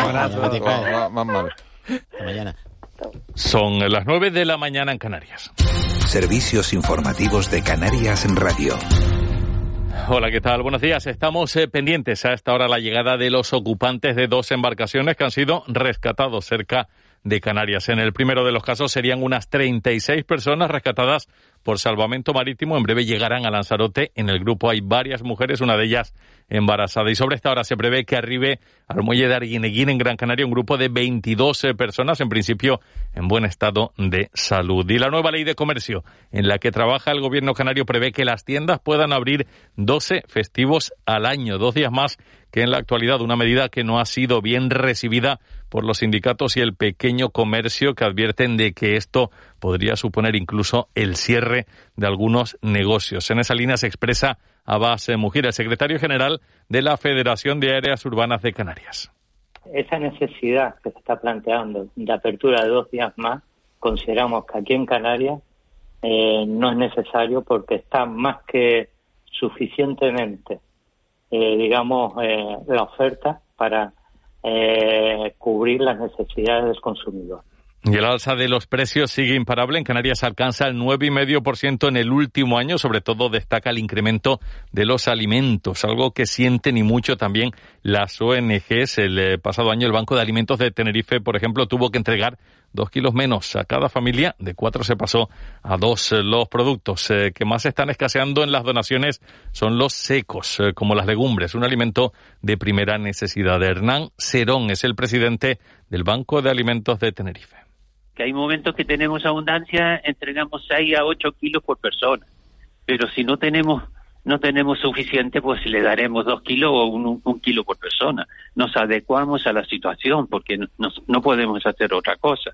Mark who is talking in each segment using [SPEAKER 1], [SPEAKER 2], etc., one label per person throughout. [SPEAKER 1] abrazo.
[SPEAKER 2] no te caes.
[SPEAKER 3] Más- más mal.
[SPEAKER 2] Hasta mañana.
[SPEAKER 4] Son las 9 de la mañana en Canarias.
[SPEAKER 5] Servicios informativos de Canarias en Radio.
[SPEAKER 4] Hola, ¿qué tal? Buenos días. Estamos eh, pendientes a esta hora la llegada de los ocupantes de dos embarcaciones que han sido rescatados cerca de Canarias. En el primero de los casos serían unas 36 personas rescatadas por salvamento marítimo. En breve llegarán a Lanzarote. En el grupo hay varias mujeres, una de ellas embarazada. Y sobre esta hora se prevé que arribe al muelle de Arguineguín en Gran Canaria un grupo de 22 personas, en principio en buen estado de salud. Y la nueva ley de comercio en la que trabaja el gobierno canario prevé que las tiendas puedan abrir 12 festivos al año, dos días más que en la actualidad, una medida que no ha sido bien recibida por los sindicatos y el pequeño comercio que advierten de que esto podría suponer incluso el cierre de algunos negocios. En esa línea se expresa Abbas Mujira, el secretario general de la Federación de Áreas Urbanas de Canarias.
[SPEAKER 6] Esa necesidad que se está planteando de apertura de dos días más, consideramos que aquí en Canarias eh, no es necesario porque está más que suficientemente, eh, digamos, eh, la oferta para eh, cubrir las necesidades del consumidor.
[SPEAKER 4] Y el alza de los precios sigue imparable. En Canarias alcanza el 9,5% en el último año. Sobre todo destaca el incremento de los alimentos, algo que sienten y mucho también las ONGs. El eh, pasado año el Banco de Alimentos de Tenerife, por ejemplo, tuvo que entregar dos kilos menos a cada familia. De cuatro se pasó a dos. Eh, Los productos eh, que más están escaseando en las donaciones son los secos, eh, como las legumbres, un alimento de primera necesidad. Hernán Cerón es el presidente del Banco de Alimentos de Tenerife.
[SPEAKER 7] que hay momentos que tenemos abundancia, entregamos 6 a 8 kilos por persona. Pero si no tenemos no tenemos suficiente, pues le daremos 2 kilos o un, un kilo por persona. Nos adecuamos a la situación porque no, no- no podemos hacer otra cosa.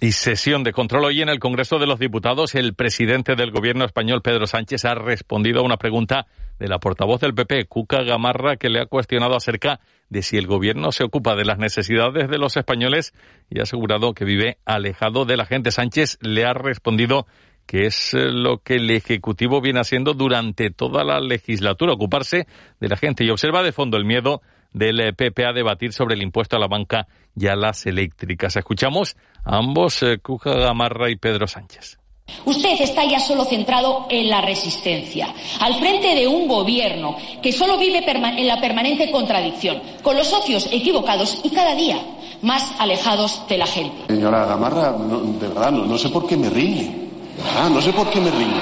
[SPEAKER 4] Y sesión de control hoy en el Congreso de los Diputados. El presidente del Gobierno español, Pedro Sánchez, ha respondido a una pregunta de la portavoz del PP, Cuca Gamarra, que le ha cuestionado acerca de si el Gobierno se ocupa de las necesidades de los españoles y ha asegurado que vive alejado de la gente. Sánchez le ha respondido que es eh, lo que el Ejecutivo viene haciendo durante toda la legislatura, ocuparse de la gente. Y observa de fondo el miedo del eh, PP a debatir sobre el impuesto a la banca y a las eléctricas. Escuchamos a ambos, eh, Cuca Gamarra y Pedro Sánchez.
[SPEAKER 8] Usted está ya solo centrado en la resistencia, al frente de un gobierno que solo vive perma- en la permanente contradicción, con los socios equivocados y cada día más alejados de la gente.
[SPEAKER 9] Señora Gamarra, no- de verdad, no, no sé por qué me riñe. De verdad, no sé por qué me riñe.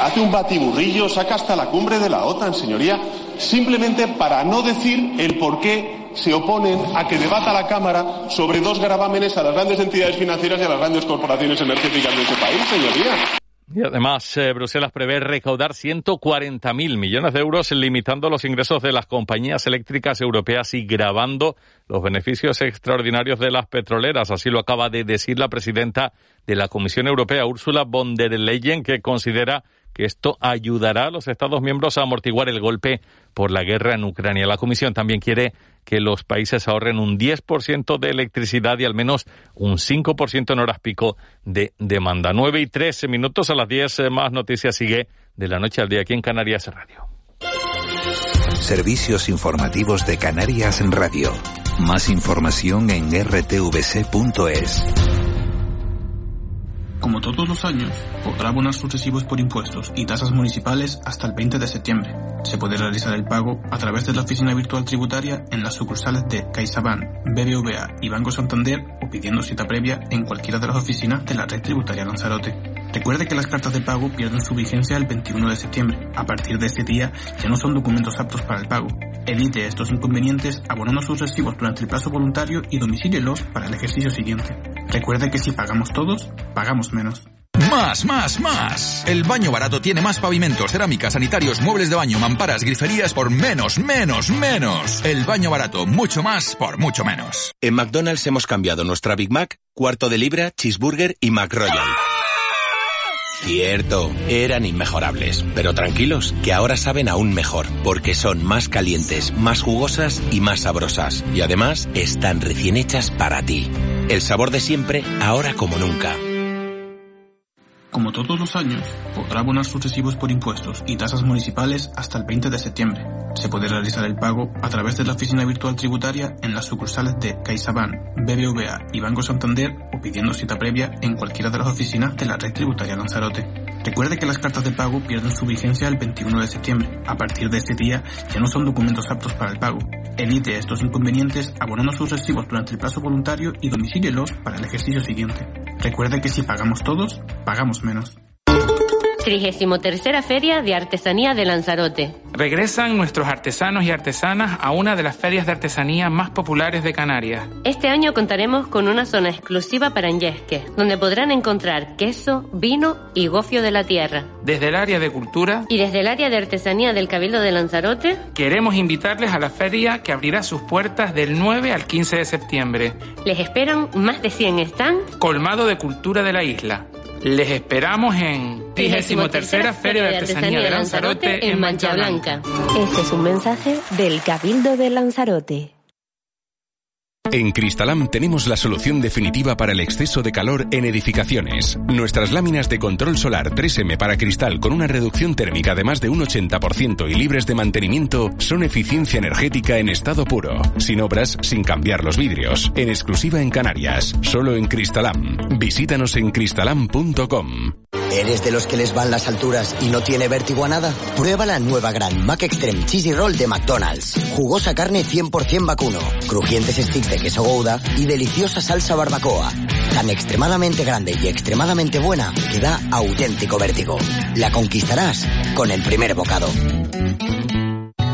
[SPEAKER 9] Hace un batiburrillo, saca hasta la cumbre de la OTAN, señoría, simplemente para no decir el por qué se oponen a que debata la Cámara sobre dos gravámenes a las grandes entidades financieras y a las grandes corporaciones energéticas de ese país, señoría.
[SPEAKER 4] Y además, eh, Bruselas prevé recaudar 140.000 millones de euros limitando los ingresos de las compañías eléctricas europeas y grabando los beneficios extraordinarios de las petroleras. Así lo acaba de decir la presidenta de la Comisión Europea, Ursula von der Leyen, que considera que esto ayudará a los Estados miembros a amortiguar el golpe por la guerra en Ucrania. La Comisión también quiere que los países ahorren un 10% de electricidad y al menos un 5% en horas pico de demanda. 9 y 13 minutos a las 10 eh, más noticias sigue de la noche al día aquí en Canarias Radio.
[SPEAKER 5] Servicios informativos de Canarias en Radio. Más información en rtvc.es.
[SPEAKER 10] Como todos los años, podrá abonar sus recibos por impuestos y tasas municipales hasta el 20 de septiembre. Se puede realizar el pago a través de la oficina virtual tributaria en las sucursales de CaixaBank, BBVA y Banco Santander o pidiendo cita previa en cualquiera de las oficinas de la red tributaria Lanzarote. Recuerde que las cartas de pago pierden su vigencia el 21 de septiembre. A partir de ese día ya no son documentos aptos para el pago. Evite estos inconvenientes abonando sus recibos durante el plazo voluntario y domicílielos para el ejercicio siguiente. Recuerde que si pagamos todos, pagamos menos.
[SPEAKER 11] Más, más, más. El baño barato tiene más pavimentos, cerámicas, sanitarios, muebles de baño, mamparas, griferías por menos, menos, menos. El baño barato, mucho más por mucho menos.
[SPEAKER 12] En McDonald's hemos cambiado nuestra Big Mac, cuarto de libra, cheeseburger y McRoyal. Cierto, eran inmejorables, pero tranquilos, que ahora saben aún mejor, porque son más calientes, más jugosas y más sabrosas, y además están recién hechas para ti. El sabor de siempre, ahora como nunca.
[SPEAKER 10] Como todos los años, podrá abonar sucesivos por impuestos y tasas municipales hasta el 20 de septiembre. Se puede realizar el pago a través de la oficina virtual tributaria en las sucursales de CaixaBank, BBVA y Banco Santander o pidiendo cita previa en cualquiera de las oficinas de la red tributaria Lanzarote. Recuerde que las cartas de pago pierden su vigencia el 21 de septiembre. A partir de este día ya no son documentos aptos para el pago. Evite estos inconvenientes abonando sus recibos durante el plazo voluntario y domicílielos para el ejercicio siguiente. Recuerde que si pagamos todos, pagamos menos.
[SPEAKER 1] 33 Feria de Artesanía de Lanzarote.
[SPEAKER 2] Regresan nuestros artesanos y artesanas a una de las ferias de artesanía más populares de Canarias.
[SPEAKER 1] Este año contaremos con una zona exclusiva para Añesque, donde podrán encontrar queso, vino y gofio de la tierra.
[SPEAKER 2] Desde el área de cultura
[SPEAKER 1] Y desde el área de artesanía del Cabildo de Lanzarote,
[SPEAKER 2] queremos invitarles a la feria que abrirá sus puertas del 9 al 15 de septiembre,
[SPEAKER 1] les esperan más de 100 stands.
[SPEAKER 2] colmado de cultura de la isla. Les esperamos en 33 Feria de Artesanía de Lanzarote Eh, en Mancha Blanca.
[SPEAKER 3] Este es un mensaje del Cabildo de Lanzarote.
[SPEAKER 5] En Cristalam tenemos la solución definitiva para el exceso de calor en edificaciones. Nuestras láminas de control solar 3M para cristal con una reducción térmica de más de un 80% y libres de mantenimiento son eficiencia energética en estado puro, sin obras, sin cambiar los vidrios, en exclusiva en Canarias, solo en Cristalam. Visítanos en cristalam.com.
[SPEAKER 13] ¿Eres de los que les van las alturas y no tiene vértigo a nada? Prueba la nueva gran Mac Extreme Cheesy Roll de McDonald's. Jugosa carne 100% vacuno, crujientes sticks de queso gouda y deliciosa salsa barbacoa. Tan extremadamente grande y extremadamente buena que da auténtico vértigo. La conquistarás con el primer bocado.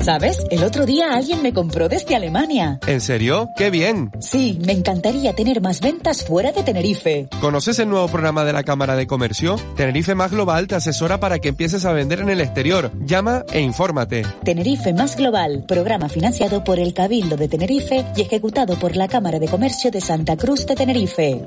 [SPEAKER 14] ¿Sabes? El otro día alguien me compró desde Alemania.
[SPEAKER 15] ¿En serio? ¡Qué bien!
[SPEAKER 14] Sí, me encantaría tener más ventas fuera de Tenerife.
[SPEAKER 15] ¿Conoces el nuevo programa de la Cámara de Comercio? Tenerife Más Global te asesora para que empieces a vender en el exterior. Llama e infórmate.
[SPEAKER 14] Tenerife Más Global, programa financiado por el Cabildo de Tenerife y ejecutado por la Cámara de Comercio de Santa Cruz de Tenerife.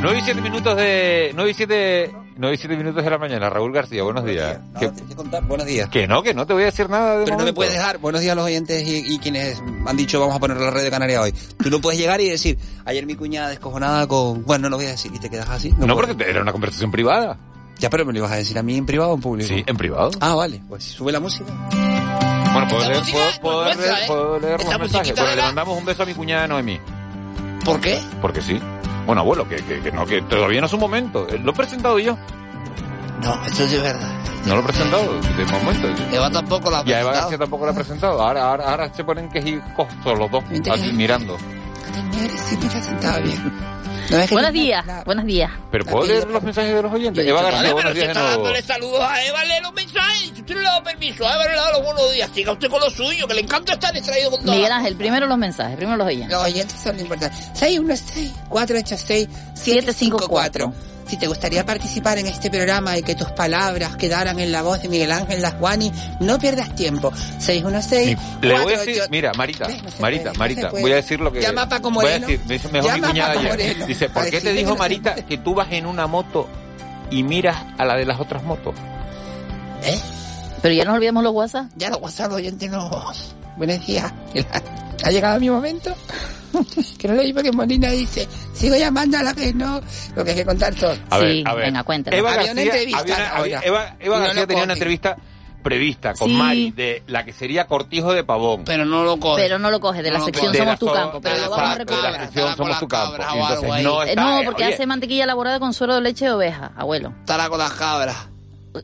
[SPEAKER 16] Nueve y siete minutos de. nueve y siete- nueve y siete minutos de la mañana. Raúl García, buenos días. Que-
[SPEAKER 17] Buenos días.
[SPEAKER 16] Que no, que no te voy a decir nada de
[SPEAKER 17] Pero no me
[SPEAKER 16] momento.
[SPEAKER 17] puedes dejar. Buenos días a los oyentes y, y quienes han dicho vamos a poner la red de Canarias hoy. Tú no puedes llegar y decir, ayer mi cuñada descojonada con... Bueno, no lo voy a decir y te quedas así.
[SPEAKER 16] No,
[SPEAKER 17] puedo.
[SPEAKER 16] porque era una conversación privada.
[SPEAKER 17] Ya, pero me lo ibas a decir a mí en privado o en público.
[SPEAKER 16] Sí, en privado.
[SPEAKER 17] Ah, vale. Pues sube la música.
[SPEAKER 16] Bueno, puedo
[SPEAKER 17] Esta
[SPEAKER 16] leer,
[SPEAKER 17] música
[SPEAKER 16] puedo,
[SPEAKER 17] es
[SPEAKER 16] puedo
[SPEAKER 17] nuestra,
[SPEAKER 16] leer-
[SPEAKER 17] ¿eh?
[SPEAKER 16] puedo leer
[SPEAKER 17] Esta
[SPEAKER 16] los mensajes.
[SPEAKER 17] musiquita
[SPEAKER 16] Bueno,
[SPEAKER 17] de
[SPEAKER 16] le
[SPEAKER 17] la-
[SPEAKER 16] mandamos un beso a mi cuñada Noemí.
[SPEAKER 17] ¿Por qué?
[SPEAKER 16] Porque sí. Bueno, abuelo, que, que, que no, que todavía no es un momento. Eh, Lo he presentado yo.
[SPEAKER 17] No, eso sí es verdad.
[SPEAKER 16] No lo he presentado de momento.
[SPEAKER 17] Eva tampoco la ha
[SPEAKER 16] Ya Eva
[SPEAKER 17] presentado.
[SPEAKER 16] García tampoco la ha presentado. Ahora, ahora, ahora se ponen quejicos los dos, así, mirando.
[SPEAKER 18] Buenos días, buenos días.
[SPEAKER 16] Pero puedo leer los mensajes de los oyentes. Eva García, buenos días de nuevo.
[SPEAKER 19] dándole saludos a Eva, lee los mensajes. Si usted no le da permiso, a Eva le da los buenos días. Siga usted con lo suyo, que le encanta estar distraído con todo.
[SPEAKER 18] Miguel Ángel, primero los mensajes, primero los oyentes.
[SPEAKER 19] Los oyentes son importantes. 616-486-754. Si te gustaría participar en este programa y que tus palabras quedaran en la voz de Miguel Ángel Lasguani, no pierdas tiempo. 616
[SPEAKER 16] Le voy a decir, mira, Marita, Marita, Marita,
[SPEAKER 19] puede.
[SPEAKER 16] voy a decir lo que.
[SPEAKER 19] Llama a Paco
[SPEAKER 16] voy a
[SPEAKER 19] Moreno.
[SPEAKER 16] decir, me dice mejor mi
[SPEAKER 19] Llama a
[SPEAKER 16] cuñada
[SPEAKER 19] Paco
[SPEAKER 16] ayer.
[SPEAKER 19] Moreno.
[SPEAKER 16] Dice, ¿por
[SPEAKER 19] A
[SPEAKER 16] qué te
[SPEAKER 19] decirle
[SPEAKER 16] dijo
[SPEAKER 19] que no te
[SPEAKER 16] Marita que tú vas en una moto y miras a la de las otras motos?
[SPEAKER 18] Pero ya nos olvidamos los WhatsApp.
[SPEAKER 19] Ya los WhatsApp los oyentes no. Buenos días. Ha llegado mi momento. que no leí porque Molina dice, sigo llamando a la que no, lo que hay que contar todo.
[SPEAKER 16] Eva
[SPEAKER 19] Había
[SPEAKER 16] García,
[SPEAKER 19] una entrevista.
[SPEAKER 16] había una-
[SPEAKER 19] ahora.
[SPEAKER 16] había- Eva, Eva
[SPEAKER 19] No lo
[SPEAKER 16] García tenía
[SPEAKER 19] coge.
[SPEAKER 16] una entrevista prevista con
[SPEAKER 19] Sí.
[SPEAKER 16] Mari de la que sería Cortijo de Pavón.
[SPEAKER 19] Pero no lo
[SPEAKER 18] Pero no lo coges, de la sección
[SPEAKER 16] De
[SPEAKER 18] Somos
[SPEAKER 16] la
[SPEAKER 18] tu
[SPEAKER 16] so-
[SPEAKER 18] campo. Pero lo vamos a
[SPEAKER 16] exacto, de
[SPEAKER 18] repetir.
[SPEAKER 16] la sección Somos tu campo. Y entonces no
[SPEAKER 18] Eh,
[SPEAKER 16] está.
[SPEAKER 18] no,
[SPEAKER 16] eh,
[SPEAKER 18] porque
[SPEAKER 16] oye,
[SPEAKER 18] hace mantequilla elaborada con suero de leche de oveja, abuelo.
[SPEAKER 19] Estará con las cabras.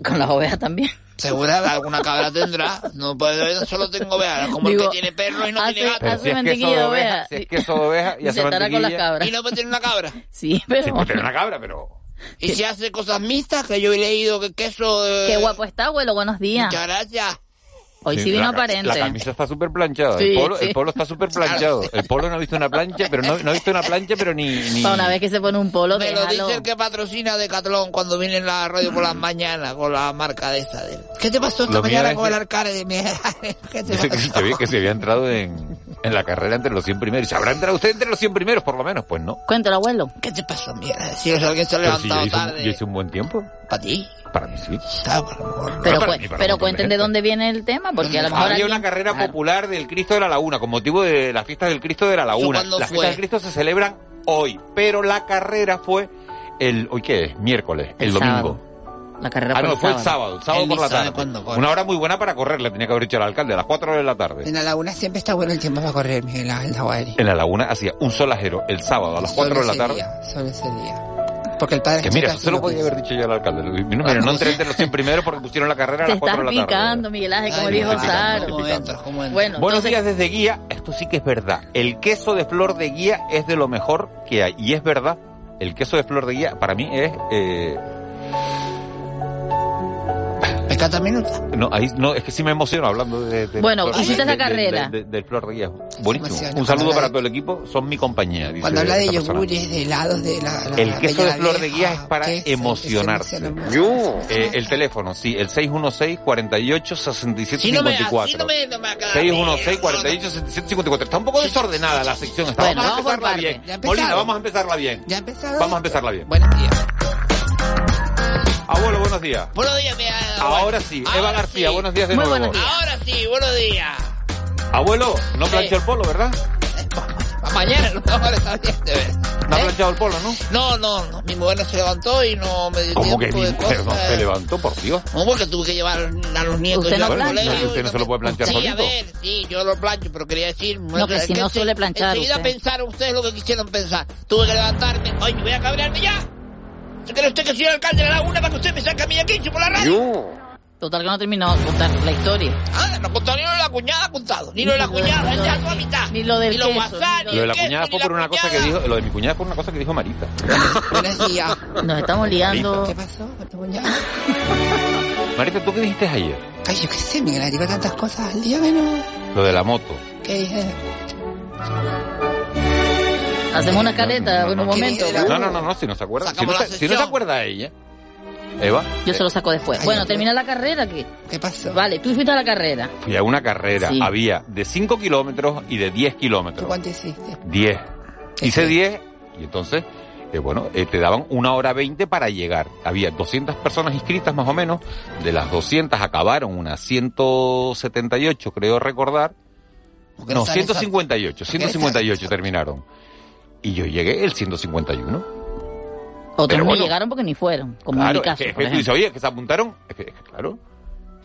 [SPEAKER 18] Con las ovejas también.
[SPEAKER 19] Segura, alguna cabra tendrá. No puedo, yo solo tengo ovejas, como
[SPEAKER 18] Digo,
[SPEAKER 19] el que tiene perro y no tiene gato.
[SPEAKER 16] Pero si es queso de oveja, si es queso de oveja y
[SPEAKER 19] Y
[SPEAKER 16] hace
[SPEAKER 19] se tara con las
[SPEAKER 16] mantequilla.
[SPEAKER 19] ¿Y no puede tener una cabra?
[SPEAKER 18] Sí, pero...
[SPEAKER 16] Sí, puede tener una cabra, pero...
[SPEAKER 19] ¿Y si hace cosas mixtas? Que yo he leído que queso... eh,
[SPEAKER 18] Qué guapo está, abuelo. Buenos días.
[SPEAKER 19] Muchas gracias.
[SPEAKER 18] Hoy sí vino
[SPEAKER 16] la, ca-
[SPEAKER 18] aparente.
[SPEAKER 16] La camisa está súper planchada.
[SPEAKER 18] Sí,
[SPEAKER 16] el, polo,
[SPEAKER 18] sí.
[SPEAKER 16] el polo está súper planchado. El polo no ha visto una plancha, pero no, no ha visto una plancha, pero ni... ni...
[SPEAKER 18] Pa' una vez que se pone un polo,
[SPEAKER 19] Me lo
[SPEAKER 18] déjalo.
[SPEAKER 19] dice el que patrocina Decathlon cuando viene en la radio por las mañanas con la marca de esta. de- ¿Qué te pasó esta
[SPEAKER 16] Lo mío
[SPEAKER 19] mañana
[SPEAKER 16] es
[SPEAKER 19] con
[SPEAKER 16] que-
[SPEAKER 19] el arcade de mi ¿Qué te
[SPEAKER 16] Dice que,
[SPEAKER 19] pasó?
[SPEAKER 16] se había- que se había entrado en, en la carrera entre los 100 primeros. ¿Se habrá entrado usted entre los 100 primeros, por lo menos? Pues no.
[SPEAKER 18] Cuéntalo, abuelo.
[SPEAKER 19] ¿Qué te pasó, mierda? Si alguien se ha
[SPEAKER 16] Pero si yo
[SPEAKER 19] levantado
[SPEAKER 16] hice, un,
[SPEAKER 19] tarde.
[SPEAKER 16] yo hice un buen tiempo.
[SPEAKER 19] ¿Para ti?
[SPEAKER 16] Para mí sí.
[SPEAKER 18] Pero,
[SPEAKER 16] para
[SPEAKER 18] cuen-
[SPEAKER 16] mí, para un
[SPEAKER 18] pero
[SPEAKER 16] montón de
[SPEAKER 18] cuenten de
[SPEAKER 16] gente.
[SPEAKER 18] dónde viene el tema, porque a
[SPEAKER 19] Ah,
[SPEAKER 18] lo mejor
[SPEAKER 16] Había
[SPEAKER 18] alguien-
[SPEAKER 16] una carrera
[SPEAKER 18] Claro.
[SPEAKER 16] popular del Cristo de la Laguna, con motivo de las fiestas del Cristo de la Laguna.
[SPEAKER 18] cuándo
[SPEAKER 16] Las
[SPEAKER 18] fue?
[SPEAKER 16] fiestas del Cristo se celebran hoy, pero la carrera fue el, ¿hoy qué es? Miércoles, el,
[SPEAKER 18] El
[SPEAKER 16] domingo.
[SPEAKER 18] La carrera
[SPEAKER 16] ah,
[SPEAKER 18] por
[SPEAKER 16] no,
[SPEAKER 18] el
[SPEAKER 16] fue el
[SPEAKER 18] sábado.
[SPEAKER 16] sábado, el sábado
[SPEAKER 19] Él
[SPEAKER 16] por
[SPEAKER 19] ni
[SPEAKER 16] la
[SPEAKER 19] sabe
[SPEAKER 16] tarde.
[SPEAKER 19] cuándo corre.
[SPEAKER 16] Una hora muy buena para correr, le tenía que haber dicho al alcalde, a las 4 de la
[SPEAKER 19] En
[SPEAKER 16] tarde.
[SPEAKER 19] la laguna siempre está bueno el tiempo para correr, Miguel Ángel Jaguari.
[SPEAKER 16] En la laguna hacía un solajero el sábado a las 4 de la tarde.
[SPEAKER 19] Solo ese día. Porque el padre
[SPEAKER 16] Que
[SPEAKER 19] es
[SPEAKER 16] mira,
[SPEAKER 19] chica, Ah,
[SPEAKER 16] eso se lo
[SPEAKER 19] sí
[SPEAKER 16] podía
[SPEAKER 19] pide.
[SPEAKER 16] haber dicho yo al alcalde. Mira, mira, no entré entre los 100 primeros porque pusieron la carrera a
[SPEAKER 18] Te
[SPEAKER 16] las 4
[SPEAKER 18] estás
[SPEAKER 16] de la tarde.
[SPEAKER 18] picando, Miguel Ángel,
[SPEAKER 16] Ay,
[SPEAKER 18] como
[SPEAKER 16] me
[SPEAKER 18] dijo
[SPEAKER 16] estoy picando,
[SPEAKER 18] Saro.
[SPEAKER 16] me estoy picando.
[SPEAKER 18] Bueno,
[SPEAKER 16] Buenos
[SPEAKER 18] entonces,
[SPEAKER 16] días desde Guía. Esto sí que es verdad. El queso de flor de guía es de lo mejor que hay. Y es verdad. El queso de flor de guía para mí es... Eh... No, ahí, no, es que sí me emociono hablando de... de-
[SPEAKER 18] Bueno,
[SPEAKER 16] flor-
[SPEAKER 18] hiciste la carrera.
[SPEAKER 16] de- del flor de guía. Buenísimo.
[SPEAKER 19] emociona.
[SPEAKER 16] Un saludo
[SPEAKER 19] Cuando
[SPEAKER 16] para
[SPEAKER 19] habla
[SPEAKER 16] todo el equipo. Son mi compañía. dice
[SPEAKER 19] Cuando habla de
[SPEAKER 16] esta persona.
[SPEAKER 19] yogures, de helados, de la... la-
[SPEAKER 16] El
[SPEAKER 19] la
[SPEAKER 16] queso de
[SPEAKER 19] bella
[SPEAKER 16] flor de guía
[SPEAKER 19] vieja,
[SPEAKER 16] es para
[SPEAKER 19] queso, que se
[SPEAKER 16] emocionarse.
[SPEAKER 19] emociona mucho.
[SPEAKER 16] Eh, el teléfono, sí, el 616 48 67
[SPEAKER 19] Si no me-
[SPEAKER 16] 54.
[SPEAKER 19] si no me- no me acaba-
[SPEAKER 16] 616 48 67 54. Está un poco desordenada la sección. Está,
[SPEAKER 19] Bueno,
[SPEAKER 16] vamos a
[SPEAKER 19] vamos por
[SPEAKER 16] empezarla
[SPEAKER 19] partes.
[SPEAKER 16] bien.
[SPEAKER 19] Ya empezaron.
[SPEAKER 16] Molina, vamos a empezarla bien.
[SPEAKER 19] Ya empezaron.
[SPEAKER 16] Vamos a empezarla bien.
[SPEAKER 19] Buenos días.
[SPEAKER 16] Abuelo, buenos días.
[SPEAKER 19] Buenos días, mi
[SPEAKER 16] Ahora sí, Eva García, buenos días de
[SPEAKER 19] Muy
[SPEAKER 16] nuevo.
[SPEAKER 19] buenos días. Ahora sí, buenos días.
[SPEAKER 16] Abuelo, no
[SPEAKER 19] Sí.
[SPEAKER 16] planchó el polo, ¿verdad?
[SPEAKER 19] Mañana no vamos a estar bien, de ver.
[SPEAKER 16] No ha planchado el polo, ¿no?
[SPEAKER 19] No, no, no, mi mujer no se levantó y no me dio
[SPEAKER 16] ¿Cómo
[SPEAKER 19] tiempo
[SPEAKER 16] que
[SPEAKER 19] de
[SPEAKER 16] mi mujer no
[SPEAKER 19] cosas.
[SPEAKER 16] se levantó, por Dios?
[SPEAKER 19] No, porque tuve que llevar a los nietos
[SPEAKER 18] ¿Usted
[SPEAKER 19] yo
[SPEAKER 18] no
[SPEAKER 19] al
[SPEAKER 18] plancha?
[SPEAKER 19] colegio.
[SPEAKER 16] Usted no se lo puede planchar
[SPEAKER 19] Sí, a
[SPEAKER 16] solito.
[SPEAKER 19] ver, sí, yo lo plancho, pero quería decir...
[SPEAKER 18] No, que si no
[SPEAKER 19] se-
[SPEAKER 18] suele planchar
[SPEAKER 19] Enseguida
[SPEAKER 18] usted.
[SPEAKER 19] pensaron ustedes lo que quisieron pensar. Tuve que levantarme. Oye, voy a cabrearme ya. ¿Se cree usted que soy el alcalde de la laguna para que usted me saque a mí de aquí por la radio?
[SPEAKER 18] total que no terminó de contar la historia.
[SPEAKER 19] Ah, no contó ni lo de la cuñada ha contado. Ni lo de la cuñada, ya toda mitad. Ni lo del Ni lo
[SPEAKER 18] queso,
[SPEAKER 19] WhatsApp,
[SPEAKER 16] Lo de la cuñada fue por una cosa que dijo, lo de mi cuñada fue una cosa que dijo Marita.
[SPEAKER 19] Buenos días.
[SPEAKER 18] Nos estamos liando.
[SPEAKER 19] ¿Qué pasó con tu cuñada?
[SPEAKER 16] Marita, ¿tú qué dijiste ayer?
[SPEAKER 19] Ay, yo qué sé, Miguel, le digo tantas cosas al día menos.
[SPEAKER 16] Lo de la moto.
[SPEAKER 19] ¿Qué dije?
[SPEAKER 18] Hacemos una caleta en un momento.
[SPEAKER 16] No, no, no, no, si no se acuerda. Si no,
[SPEAKER 18] Sacamos la
[SPEAKER 16] se- si no se
[SPEAKER 18] sesión.
[SPEAKER 16] abuela ella. Eva.
[SPEAKER 18] Yo se lo saco después. Bueno, termina la carrera aquí.
[SPEAKER 19] ¿Qué pasó?
[SPEAKER 18] Vale, tú fuiste a la carrera.
[SPEAKER 16] Fui a una carrera,
[SPEAKER 18] Sí.
[SPEAKER 16] había de 5 kilómetros y de 10 kilómetros.
[SPEAKER 19] ¿Cuánto hiciste?
[SPEAKER 16] 10. Hice 10 y entonces, eh, bueno, eh, te daban una hora 20 para llegar. Había 200 personas inscritas más o menos. De las 200 acabaron unas 178, creo recordar.
[SPEAKER 19] Porque
[SPEAKER 16] No,
[SPEAKER 19] no sabes
[SPEAKER 16] 158, 158 terminaron. Y yo llegué el 151.
[SPEAKER 18] Otros
[SPEAKER 16] Pero
[SPEAKER 18] no
[SPEAKER 16] bueno.
[SPEAKER 18] llegaron porque ni fueron. Como
[SPEAKER 16] claro,
[SPEAKER 18] en mi caso.
[SPEAKER 16] es que, es
[SPEAKER 18] por
[SPEAKER 16] que tú dices,
[SPEAKER 18] ejemplo.
[SPEAKER 16] oye, es que se apuntaron. Es que, es que, claro,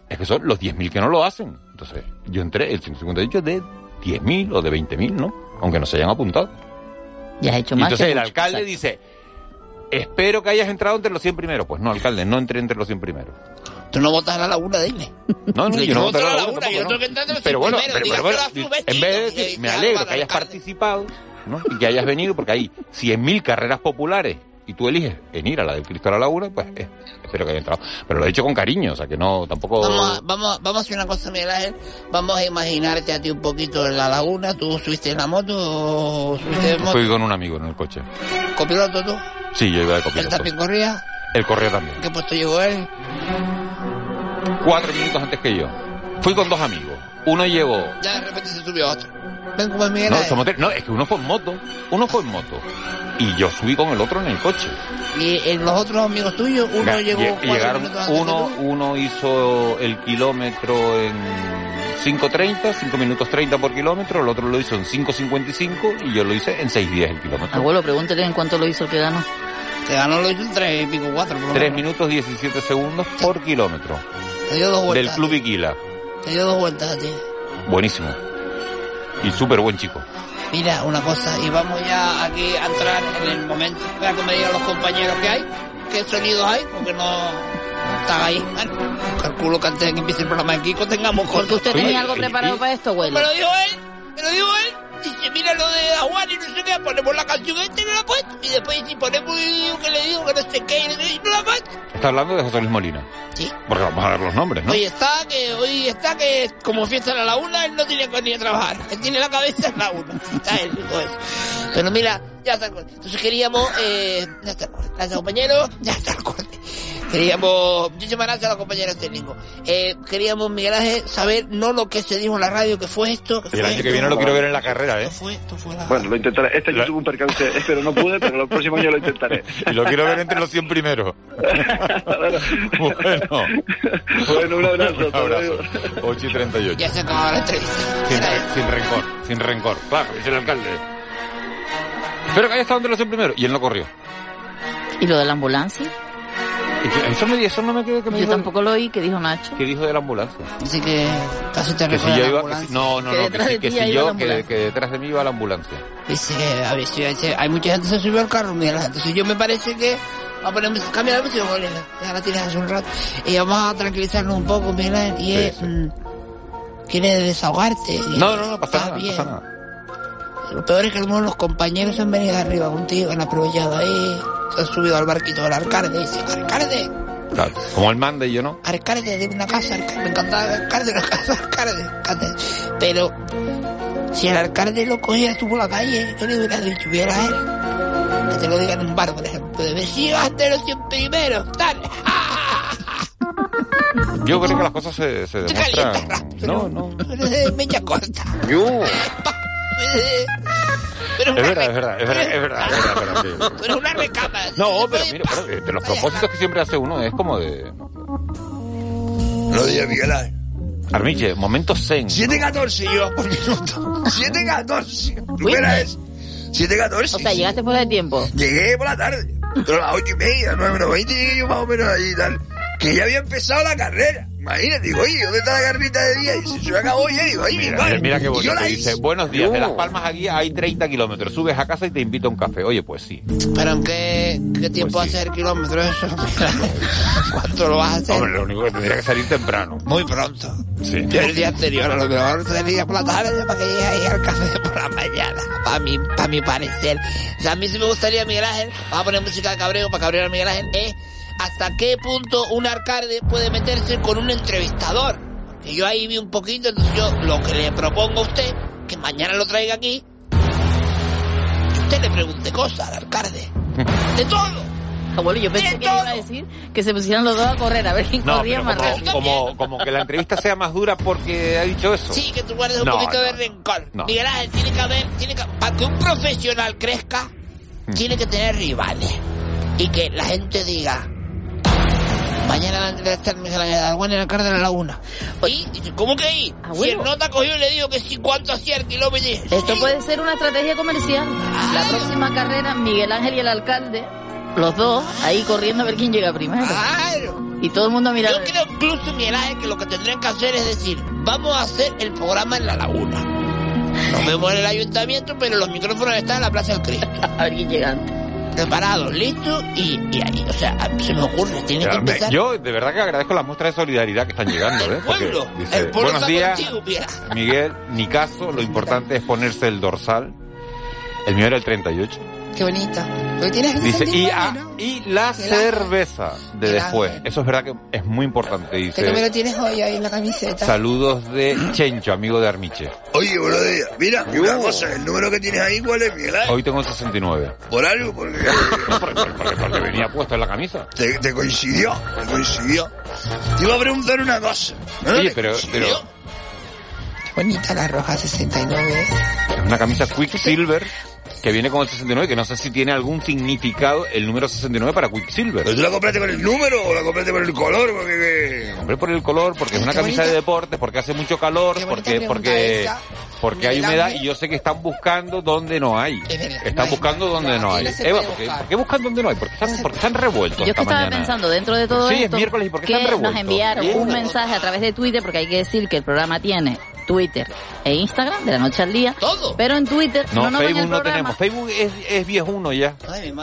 [SPEAKER 16] es que son los 10.000 que no lo hacen. Entonces, yo entré el 158 de 10.000 o de 20.000, ¿no? Aunque no se hayan apuntado.
[SPEAKER 18] Ya has hecho
[SPEAKER 16] Y
[SPEAKER 18] más.
[SPEAKER 16] entonces
[SPEAKER 18] que
[SPEAKER 16] el
[SPEAKER 18] mucho.
[SPEAKER 16] alcalde
[SPEAKER 18] Exacto.
[SPEAKER 16] dice, espero que hayas entrado entre los 100 primeros. Pues no, alcalde, no entré entre los 100 primeros.
[SPEAKER 19] Tú no votas a la laguna, dime.
[SPEAKER 16] No, no,
[SPEAKER 19] Yo
[SPEAKER 16] yo no
[SPEAKER 19] no
[SPEAKER 16] voté a
[SPEAKER 19] voto a la
[SPEAKER 16] la laguna,
[SPEAKER 19] laguna, yo tengo
[SPEAKER 16] tampoco,
[SPEAKER 19] que
[SPEAKER 16] ¿no?
[SPEAKER 19] entrar entre los
[SPEAKER 16] Pero
[SPEAKER 19] 100
[SPEAKER 16] bueno,
[SPEAKER 19] primeros,
[SPEAKER 16] pero, pero bueno,
[SPEAKER 19] dígaselo a su
[SPEAKER 16] en vez de
[SPEAKER 19] vecino,
[SPEAKER 16] decir,
[SPEAKER 19] que
[SPEAKER 16] me
[SPEAKER 19] dice,
[SPEAKER 16] alegro
[SPEAKER 19] "Álvaro,
[SPEAKER 16] que hayas participado ¿no? y que hayas venido, porque hay 100.000 carreras populares y tú eliges en ir a la del Cristo a la Laguna, pues eh, espero que hayas entrado. Pero lo he dicho con cariño, o sea que no, tampoco...
[SPEAKER 19] Vamos, a- vamos, a- vamos a hacer una cosa, Miguel Ángel. Vamos a imaginarte a ti un poquito en la laguna. ¿Tú subiste en la moto o subiste en moto?
[SPEAKER 16] Fui con un amigo en el coche.
[SPEAKER 19] ¿Copiloto tú?
[SPEAKER 16] Sí, yo iba de
[SPEAKER 19] ¿Él
[SPEAKER 16] copiloto.
[SPEAKER 19] también corría?
[SPEAKER 16] El correo también.
[SPEAKER 19] ¿Qué puesto llegó él?
[SPEAKER 16] Cuatro minutos antes que yo. Fui con dos amigos. Uno llegó
[SPEAKER 19] Ya de repente se subió otro. Ven como Miguel eh.
[SPEAKER 16] No,
[SPEAKER 19] Ángel.
[SPEAKER 16] somos tres. No, es que uno fue en moto, uno fue en moto. Y yo subí con el otro en el coche.
[SPEAKER 19] Y en los otros amigos tuyos, uno
[SPEAKER 16] Ga-
[SPEAKER 19] llegó
[SPEAKER 16] lle-
[SPEAKER 19] cuatro
[SPEAKER 16] llegaron
[SPEAKER 19] minutos antes
[SPEAKER 16] uno,
[SPEAKER 19] que tú.
[SPEAKER 16] uno hizo el kilómetro en 5.30, 5 minutos 30 por kilómetro, el otro lo hizo en 5.55 y yo lo hice en 6.10 el kilómetro.
[SPEAKER 18] Abuelo, pregúntele en cuánto lo hizo el que ganó.
[SPEAKER 19] Te ganó lo hizo en tres y pico, cuatro. por lo
[SPEAKER 16] 3
[SPEAKER 19] menos.
[SPEAKER 16] minutos 17 segundos por kilómetro
[SPEAKER 19] Te dio dos
[SPEAKER 16] del
[SPEAKER 19] vueltas.
[SPEAKER 16] Club Iquila.
[SPEAKER 19] Te dio dos vueltas a ti.
[SPEAKER 16] Buenísimo. Y súper buen chico.
[SPEAKER 19] Mira, una cosa, y vamos ya aquí a entrar en el momento para que me digan los compañeros que hay, qué sonidos hay, porque no... Estaba ahí, hermano. Calculo que antes de que empiece el programa de Kiko tengamos cosas.
[SPEAKER 18] Porque usted tenía algo preparado para esto, güey.
[SPEAKER 19] Me lo dijo él, me lo dijo él. Dice, mira lo de Juan y no sé qué, ponemos la canción esta y no la puesto. Y después si ponemos un que le digo que no sé qué y no sé qué, y no la puesto.
[SPEAKER 16] Está hablando de José Luis Molina.
[SPEAKER 19] Sí.
[SPEAKER 16] Porque vamos a ver los nombres, ¿no?
[SPEAKER 19] Hoy está, que hoy está, que como fiesta a la una, él no tiene que venir a trabajar. Él tiene la cabeza en la una. Está él, todo eso. Pero mira, ya está el corte. Entonces queríamos, eh, ya está el corte. Gracias, compañeros, ya está el corte. Queríamos, muchas gracias a los compañeros técnicos. Eh, queríamos, Miguel Ángel, saber no lo que se dijo en la radio, que fue esto. que fue
[SPEAKER 16] Y el año que
[SPEAKER 19] esto.
[SPEAKER 16] viene lo quiero ver en la carrera, ¿eh?
[SPEAKER 20] Bueno, lo intentaré. Este yo tuve un percance, espero no pude, pero el próximo año lo intentaré.
[SPEAKER 16] Y lo quiero ver entre los 100 primeros. bueno.
[SPEAKER 20] Bueno, un abrazo.
[SPEAKER 16] Un abrazo. 8 y 38.
[SPEAKER 19] Ya se acabó la entrevista.
[SPEAKER 16] Sin, sin rencor, sin rencor. Claro, dice el alcalde. Pero que haya estado entre los 100 primeros. Y él no corrió.
[SPEAKER 18] ¿Y lo de la ambulancia?
[SPEAKER 16] Y que- Eso me, eso no me quedó que me
[SPEAKER 18] Yo
[SPEAKER 16] dijo-
[SPEAKER 18] tampoco lo oí, que dijo Nacho.
[SPEAKER 16] ¿Qué dijo de la ambulancia?
[SPEAKER 19] Dice que casi te
[SPEAKER 16] Que si
[SPEAKER 19] recuerda
[SPEAKER 16] yo
[SPEAKER 19] la
[SPEAKER 16] iba... que
[SPEAKER 19] ambulancia.
[SPEAKER 16] si- no, no,
[SPEAKER 19] Que
[SPEAKER 16] no, que
[SPEAKER 19] detrás
[SPEAKER 16] si,
[SPEAKER 19] de
[SPEAKER 16] que
[SPEAKER 19] ti
[SPEAKER 16] si
[SPEAKER 19] hay
[SPEAKER 16] yo,
[SPEAKER 19] una
[SPEAKER 16] que,
[SPEAKER 19] ambulancia.
[SPEAKER 16] que detrás de mí iba la ambulancia.
[SPEAKER 19] Dice que Pues, eh, a ver, si- si- hay mucha gente que se subió al carro, Miguel Ángel. Entonces yo me parece que va a poner música- cambia la música, Miguel Ángel. Ya la tienes hace un rato. Y vamos a tranquilizarnos un poco, Miguel Ángel. Y
[SPEAKER 16] Sí,
[SPEAKER 19] es,
[SPEAKER 16] sí.
[SPEAKER 19] mm, ¿Quieres desahogarte?
[SPEAKER 16] No, no, no
[SPEAKER 19] Está
[SPEAKER 16] pasa nada, no
[SPEAKER 19] bien.
[SPEAKER 16] pasa nada.
[SPEAKER 19] Lo peor es que algunos de los compañeros han venido arriba contigo, han aprovechado ahí, se han subido al barquito del alcalde y dicen, alcalde,
[SPEAKER 16] Claro, como él manda y yo no.
[SPEAKER 19] alcalde de una casa, alcalde, me encantaba el alcalde, una casa, alcalde, alcalde. Pero si el alcalde lo cogiera tú por la calle, yo le hubiera dicho, hubiera él, que te lo digan en un bar, por ejemplo, de vecinos antes de los 100 primeros, tal.
[SPEAKER 16] Yo creo que las cosas se, se demuestran. No, no.
[SPEAKER 19] Eres de mecha corta. Pero
[SPEAKER 16] Es verdad, es verdad, es verdad, es verdad, es verdad, es verdad, sí.
[SPEAKER 19] Pero una recama.
[SPEAKER 16] No, pero mira, pero de- de los propósitos que siempre hace uno es como de...
[SPEAKER 21] Buenos días, Miguel Ángel.
[SPEAKER 16] Armiche, momento zen.
[SPEAKER 21] 714 lleva por minuto. 714. ¿Tú qué hora es? 714.
[SPEAKER 18] O sea, llegaste fuera de tiempo.
[SPEAKER 21] Llegué por la tarde. Pero a las 8 y media, 9 menos 20, llegué yo más o menos ahí y tal. Que ya había empezado la carrera. Imagínate, digo, oye, ¿dónde está la carrita de día? Y dice, yo acabo ya, digo, ay, mi
[SPEAKER 16] Mira,
[SPEAKER 21] madre.
[SPEAKER 16] mira qué
[SPEAKER 21] Y yo
[SPEAKER 16] bonito.
[SPEAKER 21] la
[SPEAKER 16] Dice,
[SPEAKER 21] hice.
[SPEAKER 16] buenos días, de
[SPEAKER 21] No.
[SPEAKER 16] Las Palmas a Guía hay 30 kilómetros. Subes a casa y te invito a un café. Oye, pues sí.
[SPEAKER 19] Pero ¿qué, qué tiempo hace el kilómetro eso? ¿Cuánto lo vas a hacer?
[SPEAKER 16] Hombre, lo único que tendría que salir temprano.
[SPEAKER 21] Muy pronto.
[SPEAKER 16] Sí.
[SPEAKER 19] Yo el día anterior a lo que ahora te diría por la tarde para que llegue ahí al café por la mañana. Para mi, para mi parecer. O sea, a mí sí me gustaría, Miguel Ángel, vamos a poner música de cabreo para cabrear a Miguel Ángel, es hasta qué punto un alcalde puede meterse con un entrevistador. Y yo ahí vi un poquito, entonces yo lo que le propongo a usted, que mañana lo traiga aquí, que usted le pregunte cosas al alcalde. De todo.
[SPEAKER 18] Abuelo, yo pensé que iba a decir que se pusieran los dos a correr, a ver quién
[SPEAKER 16] No,
[SPEAKER 18] corría
[SPEAKER 16] pero
[SPEAKER 18] más
[SPEAKER 16] como,
[SPEAKER 18] rápido.
[SPEAKER 16] como, como que la entrevista sea más dura porque ha dicho eso.
[SPEAKER 19] Sí, que tú guardes un
[SPEAKER 16] No,
[SPEAKER 19] poquito
[SPEAKER 16] no,
[SPEAKER 19] de rencor.
[SPEAKER 16] no.
[SPEAKER 19] Miguel Ángel, tiene que haber, tiene que, para que un profesional crezca,
[SPEAKER 16] Hmm.
[SPEAKER 19] tiene que tener rivales. Y que la gente diga, mañana va a entrevistar Miguel Ángel Darwin en la cárcel a la una. Oye, ¿cómo que ahí?
[SPEAKER 16] Ah,
[SPEAKER 19] Si el nota cogió y le digo que sí, ¿cuánto hacía el kilómetro? Y dije,
[SPEAKER 18] Esto puede ser una estrategia comercial. La próxima carrera, Miguel Ángel y el alcalde, los dos, ahí corriendo a ver quién llega primero. Y todo el mundo a mirar.
[SPEAKER 19] Yo creo incluso, Miguel Ángel, que lo que tendrían que hacer es decir, vamos a hacer el programa en la laguna. Nos vemos en el ayuntamiento, pero los micrófonos están en la Plaza del Cristo.
[SPEAKER 18] a ver quién llega
[SPEAKER 19] Preparados, listos y, y ahí. O sea, a- se me ocurre, tiene que
[SPEAKER 16] Pero me-
[SPEAKER 19] empezar.
[SPEAKER 16] Yo de verdad que agradezco las muestras de solidaridad que están llegando. ¿eh? Porque
[SPEAKER 19] pueblo,
[SPEAKER 16] dice,
[SPEAKER 19] el pueblo
[SPEAKER 16] buenos
[SPEAKER 19] está
[SPEAKER 16] días,
[SPEAKER 19] contigo, Miguel Ángel".
[SPEAKER 16] Miguel, ni caso, lo importante es ponerse el dorsal. El mío era el 38.
[SPEAKER 19] Qué bonito. Porque tienes que
[SPEAKER 16] Dice,
[SPEAKER 19] sentir
[SPEAKER 16] y,
[SPEAKER 19] bueno,
[SPEAKER 16] ah,
[SPEAKER 19] ¿no?
[SPEAKER 16] y la
[SPEAKER 19] Miguel Ángel,
[SPEAKER 16] cerveza de
[SPEAKER 19] Miguel
[SPEAKER 16] después. Eso es verdad que es muy importante.
[SPEAKER 19] Que no me lo
[SPEAKER 16] Dice,
[SPEAKER 19] tienes hoy ahí en la camiseta.
[SPEAKER 16] saludos de Chencho, amigo de Armiche.
[SPEAKER 21] Oye, buenos días. Mira, una cosa, el número que tienes ahí, ¿cuál es, Miguel Ángel?
[SPEAKER 16] Hoy tengo el 69.
[SPEAKER 21] Por algo, porque...
[SPEAKER 16] Porque, porque venía puesto en la camisa.
[SPEAKER 21] Te, te coincidió, te coincidió. Te iba a preguntar una cosa. ¿no?
[SPEAKER 16] Oye,
[SPEAKER 21] ¿Te
[SPEAKER 16] pero, pero
[SPEAKER 21] coincidió?
[SPEAKER 19] Bonita la roja 69.
[SPEAKER 16] es una camisa Quicksilver que viene con el 69, que no sé si tiene algún significado el número 69 para Quicksilver.
[SPEAKER 21] ¿Pero tú la compraste con el número o la compraste con el color? Porque...
[SPEAKER 16] Compré por el color, porque es una
[SPEAKER 21] Qué
[SPEAKER 16] camisa
[SPEAKER 21] bonita.
[SPEAKER 16] de deportes, porque hace mucho calor,
[SPEAKER 19] Pues
[SPEAKER 16] porque
[SPEAKER 21] pregunta
[SPEAKER 16] porque
[SPEAKER 21] esa.
[SPEAKER 16] porque hay
[SPEAKER 21] Miguel
[SPEAKER 16] humedad
[SPEAKER 21] Ángel.
[SPEAKER 16] y yo sé que están buscando donde no hay. Están buscando donde no hay.
[SPEAKER 18] no se
[SPEAKER 16] Eva,
[SPEAKER 18] puede
[SPEAKER 16] ¿por qué,
[SPEAKER 18] buscar.
[SPEAKER 16] por qué buscan donde no hay? Porque están, porque están revueltos
[SPEAKER 18] Yo es que
[SPEAKER 16] esta
[SPEAKER 18] estaba
[SPEAKER 16] mañana.
[SPEAKER 18] pensando dentro de todo
[SPEAKER 16] Sí, es
[SPEAKER 18] esto
[SPEAKER 16] miércoles, ¿y por qué
[SPEAKER 18] que
[SPEAKER 16] están
[SPEAKER 18] nos
[SPEAKER 16] revueltos?
[SPEAKER 18] enviaron
[SPEAKER 16] Bien.
[SPEAKER 18] un mensaje a través de Twitter porque hay que decir que el programa tiene Twitter e Instagram, de la noche al día.
[SPEAKER 19] Todo.
[SPEAKER 18] Pero en Twitter
[SPEAKER 16] No,
[SPEAKER 18] no, nos ven
[SPEAKER 16] Facebook
[SPEAKER 18] el
[SPEAKER 16] no
[SPEAKER 18] programa.
[SPEAKER 16] tenemos. Facebook es, es viejuno ya.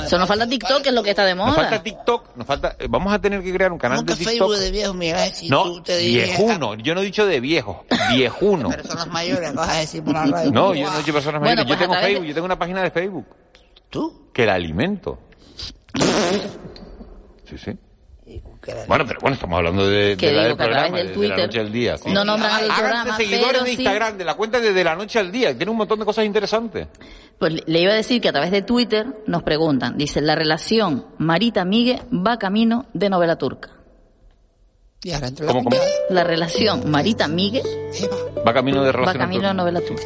[SPEAKER 18] Eso nos falta TikTok, que es lo que está de
[SPEAKER 16] Nos falta
[SPEAKER 18] moda.
[SPEAKER 16] TikTok. Nos falta, eh, vamos a tener que crear un canal
[SPEAKER 19] Nunca
[SPEAKER 16] de TikTok.
[SPEAKER 19] Facebook de viejo, mira, si
[SPEAKER 16] no,
[SPEAKER 19] tú te dirías,
[SPEAKER 16] viejuno. Yo no he dicho de viejo. Viejuno.
[SPEAKER 19] son los mayores, vas a decir por la radio.
[SPEAKER 16] No, yo no he dicho personas
[SPEAKER 19] Bueno,
[SPEAKER 16] mayores.
[SPEAKER 19] pues
[SPEAKER 16] yo tengo
[SPEAKER 19] a través
[SPEAKER 16] Facebook.
[SPEAKER 19] de-
[SPEAKER 16] Yo tengo una página de Facebook.
[SPEAKER 19] ¿Tú?
[SPEAKER 16] Que la alimento. sí, sí. Bueno, pero bueno, estamos hablando de,
[SPEAKER 18] Que
[SPEAKER 16] de la del
[SPEAKER 18] digo que a través
[SPEAKER 16] programa,
[SPEAKER 18] del
[SPEAKER 16] de- de, la
[SPEAKER 18] Twitter
[SPEAKER 16] noche al día. sí.
[SPEAKER 18] no nombran al
[SPEAKER 16] Háganse
[SPEAKER 18] programa,
[SPEAKER 16] seguidores
[SPEAKER 18] pero
[SPEAKER 16] de
[SPEAKER 18] sí-
[SPEAKER 16] Instagram, de la cuenta de, de la noche al día. Tiene un montón de cosas interesantes.
[SPEAKER 18] Pues le- le iba a decir que a través de Twitter nos preguntan, dice, la relación Marita-Migue va camino de novela turca.
[SPEAKER 19] Y ahora entro
[SPEAKER 16] ¿Cómo, cómo?
[SPEAKER 18] La relación Marita-Migue
[SPEAKER 16] Va camino de
[SPEAKER 18] va
[SPEAKER 16] relación.
[SPEAKER 18] camino de novela turca.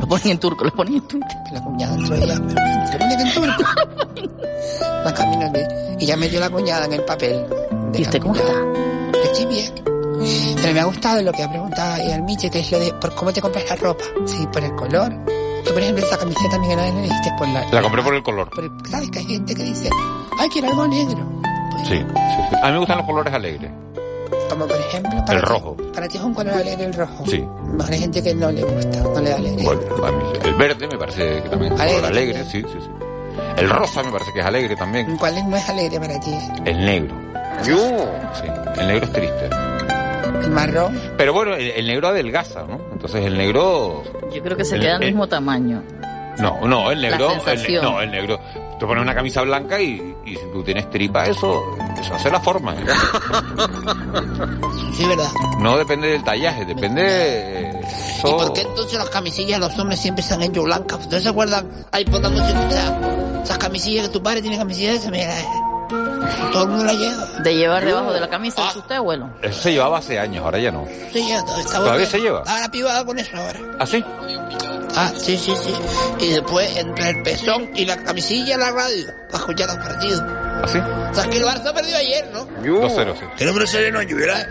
[SPEAKER 18] Lo ponen en turco, lo ponen en Twitter.
[SPEAKER 19] La cuñada entró Pues ya. Se pone en turco. La camina de- Y ya metió la cuñada en el papel. ¿Y usted cómo está? Estoy bien. Pero me ha gustado lo que ha preguntado ahí al Miche, que es lo de por cómo te compras la ropa. Sí, por el color. Tú, por ejemplo, esta camiseta Miguel Ángel, la elegiste por la...
[SPEAKER 16] La compré por el color.
[SPEAKER 19] por el- ¿Sabes que hay gente que dice, ay, quiero algo negro?
[SPEAKER 16] Sí, sí, sí. A mí me gustan los colores alegres.
[SPEAKER 19] Como por ejemplo,
[SPEAKER 16] El
[SPEAKER 19] para,
[SPEAKER 16] rojo.
[SPEAKER 19] para ti es un color alegre el rojo.
[SPEAKER 16] Sí.
[SPEAKER 19] Más hay gente que no le gusta, no le da alegre.
[SPEAKER 16] Bueno, a mí el verde me parece que también es un color
[SPEAKER 19] Alegre.
[SPEAKER 16] alegre. Sí, sí, sí. El rosa me parece que es alegre también.
[SPEAKER 19] ¿Cuál es- no es alegre para ti?
[SPEAKER 16] El negro. Sí, el negro es triste.
[SPEAKER 19] ¿El marrón?
[SPEAKER 16] Pero bueno, el, el negro adelgaza, ¿no? Entonces el negro...
[SPEAKER 18] Yo creo que se
[SPEAKER 16] El-
[SPEAKER 18] queda al
[SPEAKER 16] el-
[SPEAKER 18] mismo tamaño.
[SPEAKER 16] No, no, el
[SPEAKER 18] La
[SPEAKER 16] negro... el ne-
[SPEAKER 18] sensación.
[SPEAKER 16] no, el negro... Tú pones una camisa blanca y, y si tú tienes tripa, eso, eso hace la forma. ¿eh?
[SPEAKER 19] Sí, verdad.
[SPEAKER 16] No depende del tallaje, depende... eh,
[SPEAKER 19] ¿Y
[SPEAKER 16] todo.
[SPEAKER 19] por qué entonces las camisillas de los hombres siempre se han hecho blancas? ¿No se acuerdan? Ahí pongamos esas, esas camisillas que tu padre tiene camisillas de esas, mira. eh, Todo el mundo la lleva. Ah.
[SPEAKER 18] De llevar debajo de la camisa, ¿es usted, abuelo?
[SPEAKER 16] Eso se llevaba hace años, ahora ya no.
[SPEAKER 19] Sí, ya, todo está
[SPEAKER 16] ¿Todavía
[SPEAKER 19] volviendo.
[SPEAKER 16] se lleva?
[SPEAKER 19] Ahora pivada con eso ahora.
[SPEAKER 16] ¿Ah, sí?
[SPEAKER 19] Ah, sí, sí, sí. Y después entre el pezón y la camisilla la radio para escuchar los partidos.
[SPEAKER 16] ¿Ah, sí?
[SPEAKER 19] ¿Sabes que el Barça perdió ayer, no?
[SPEAKER 16] 2-0, sí.
[SPEAKER 19] Que no me sereno lluvia.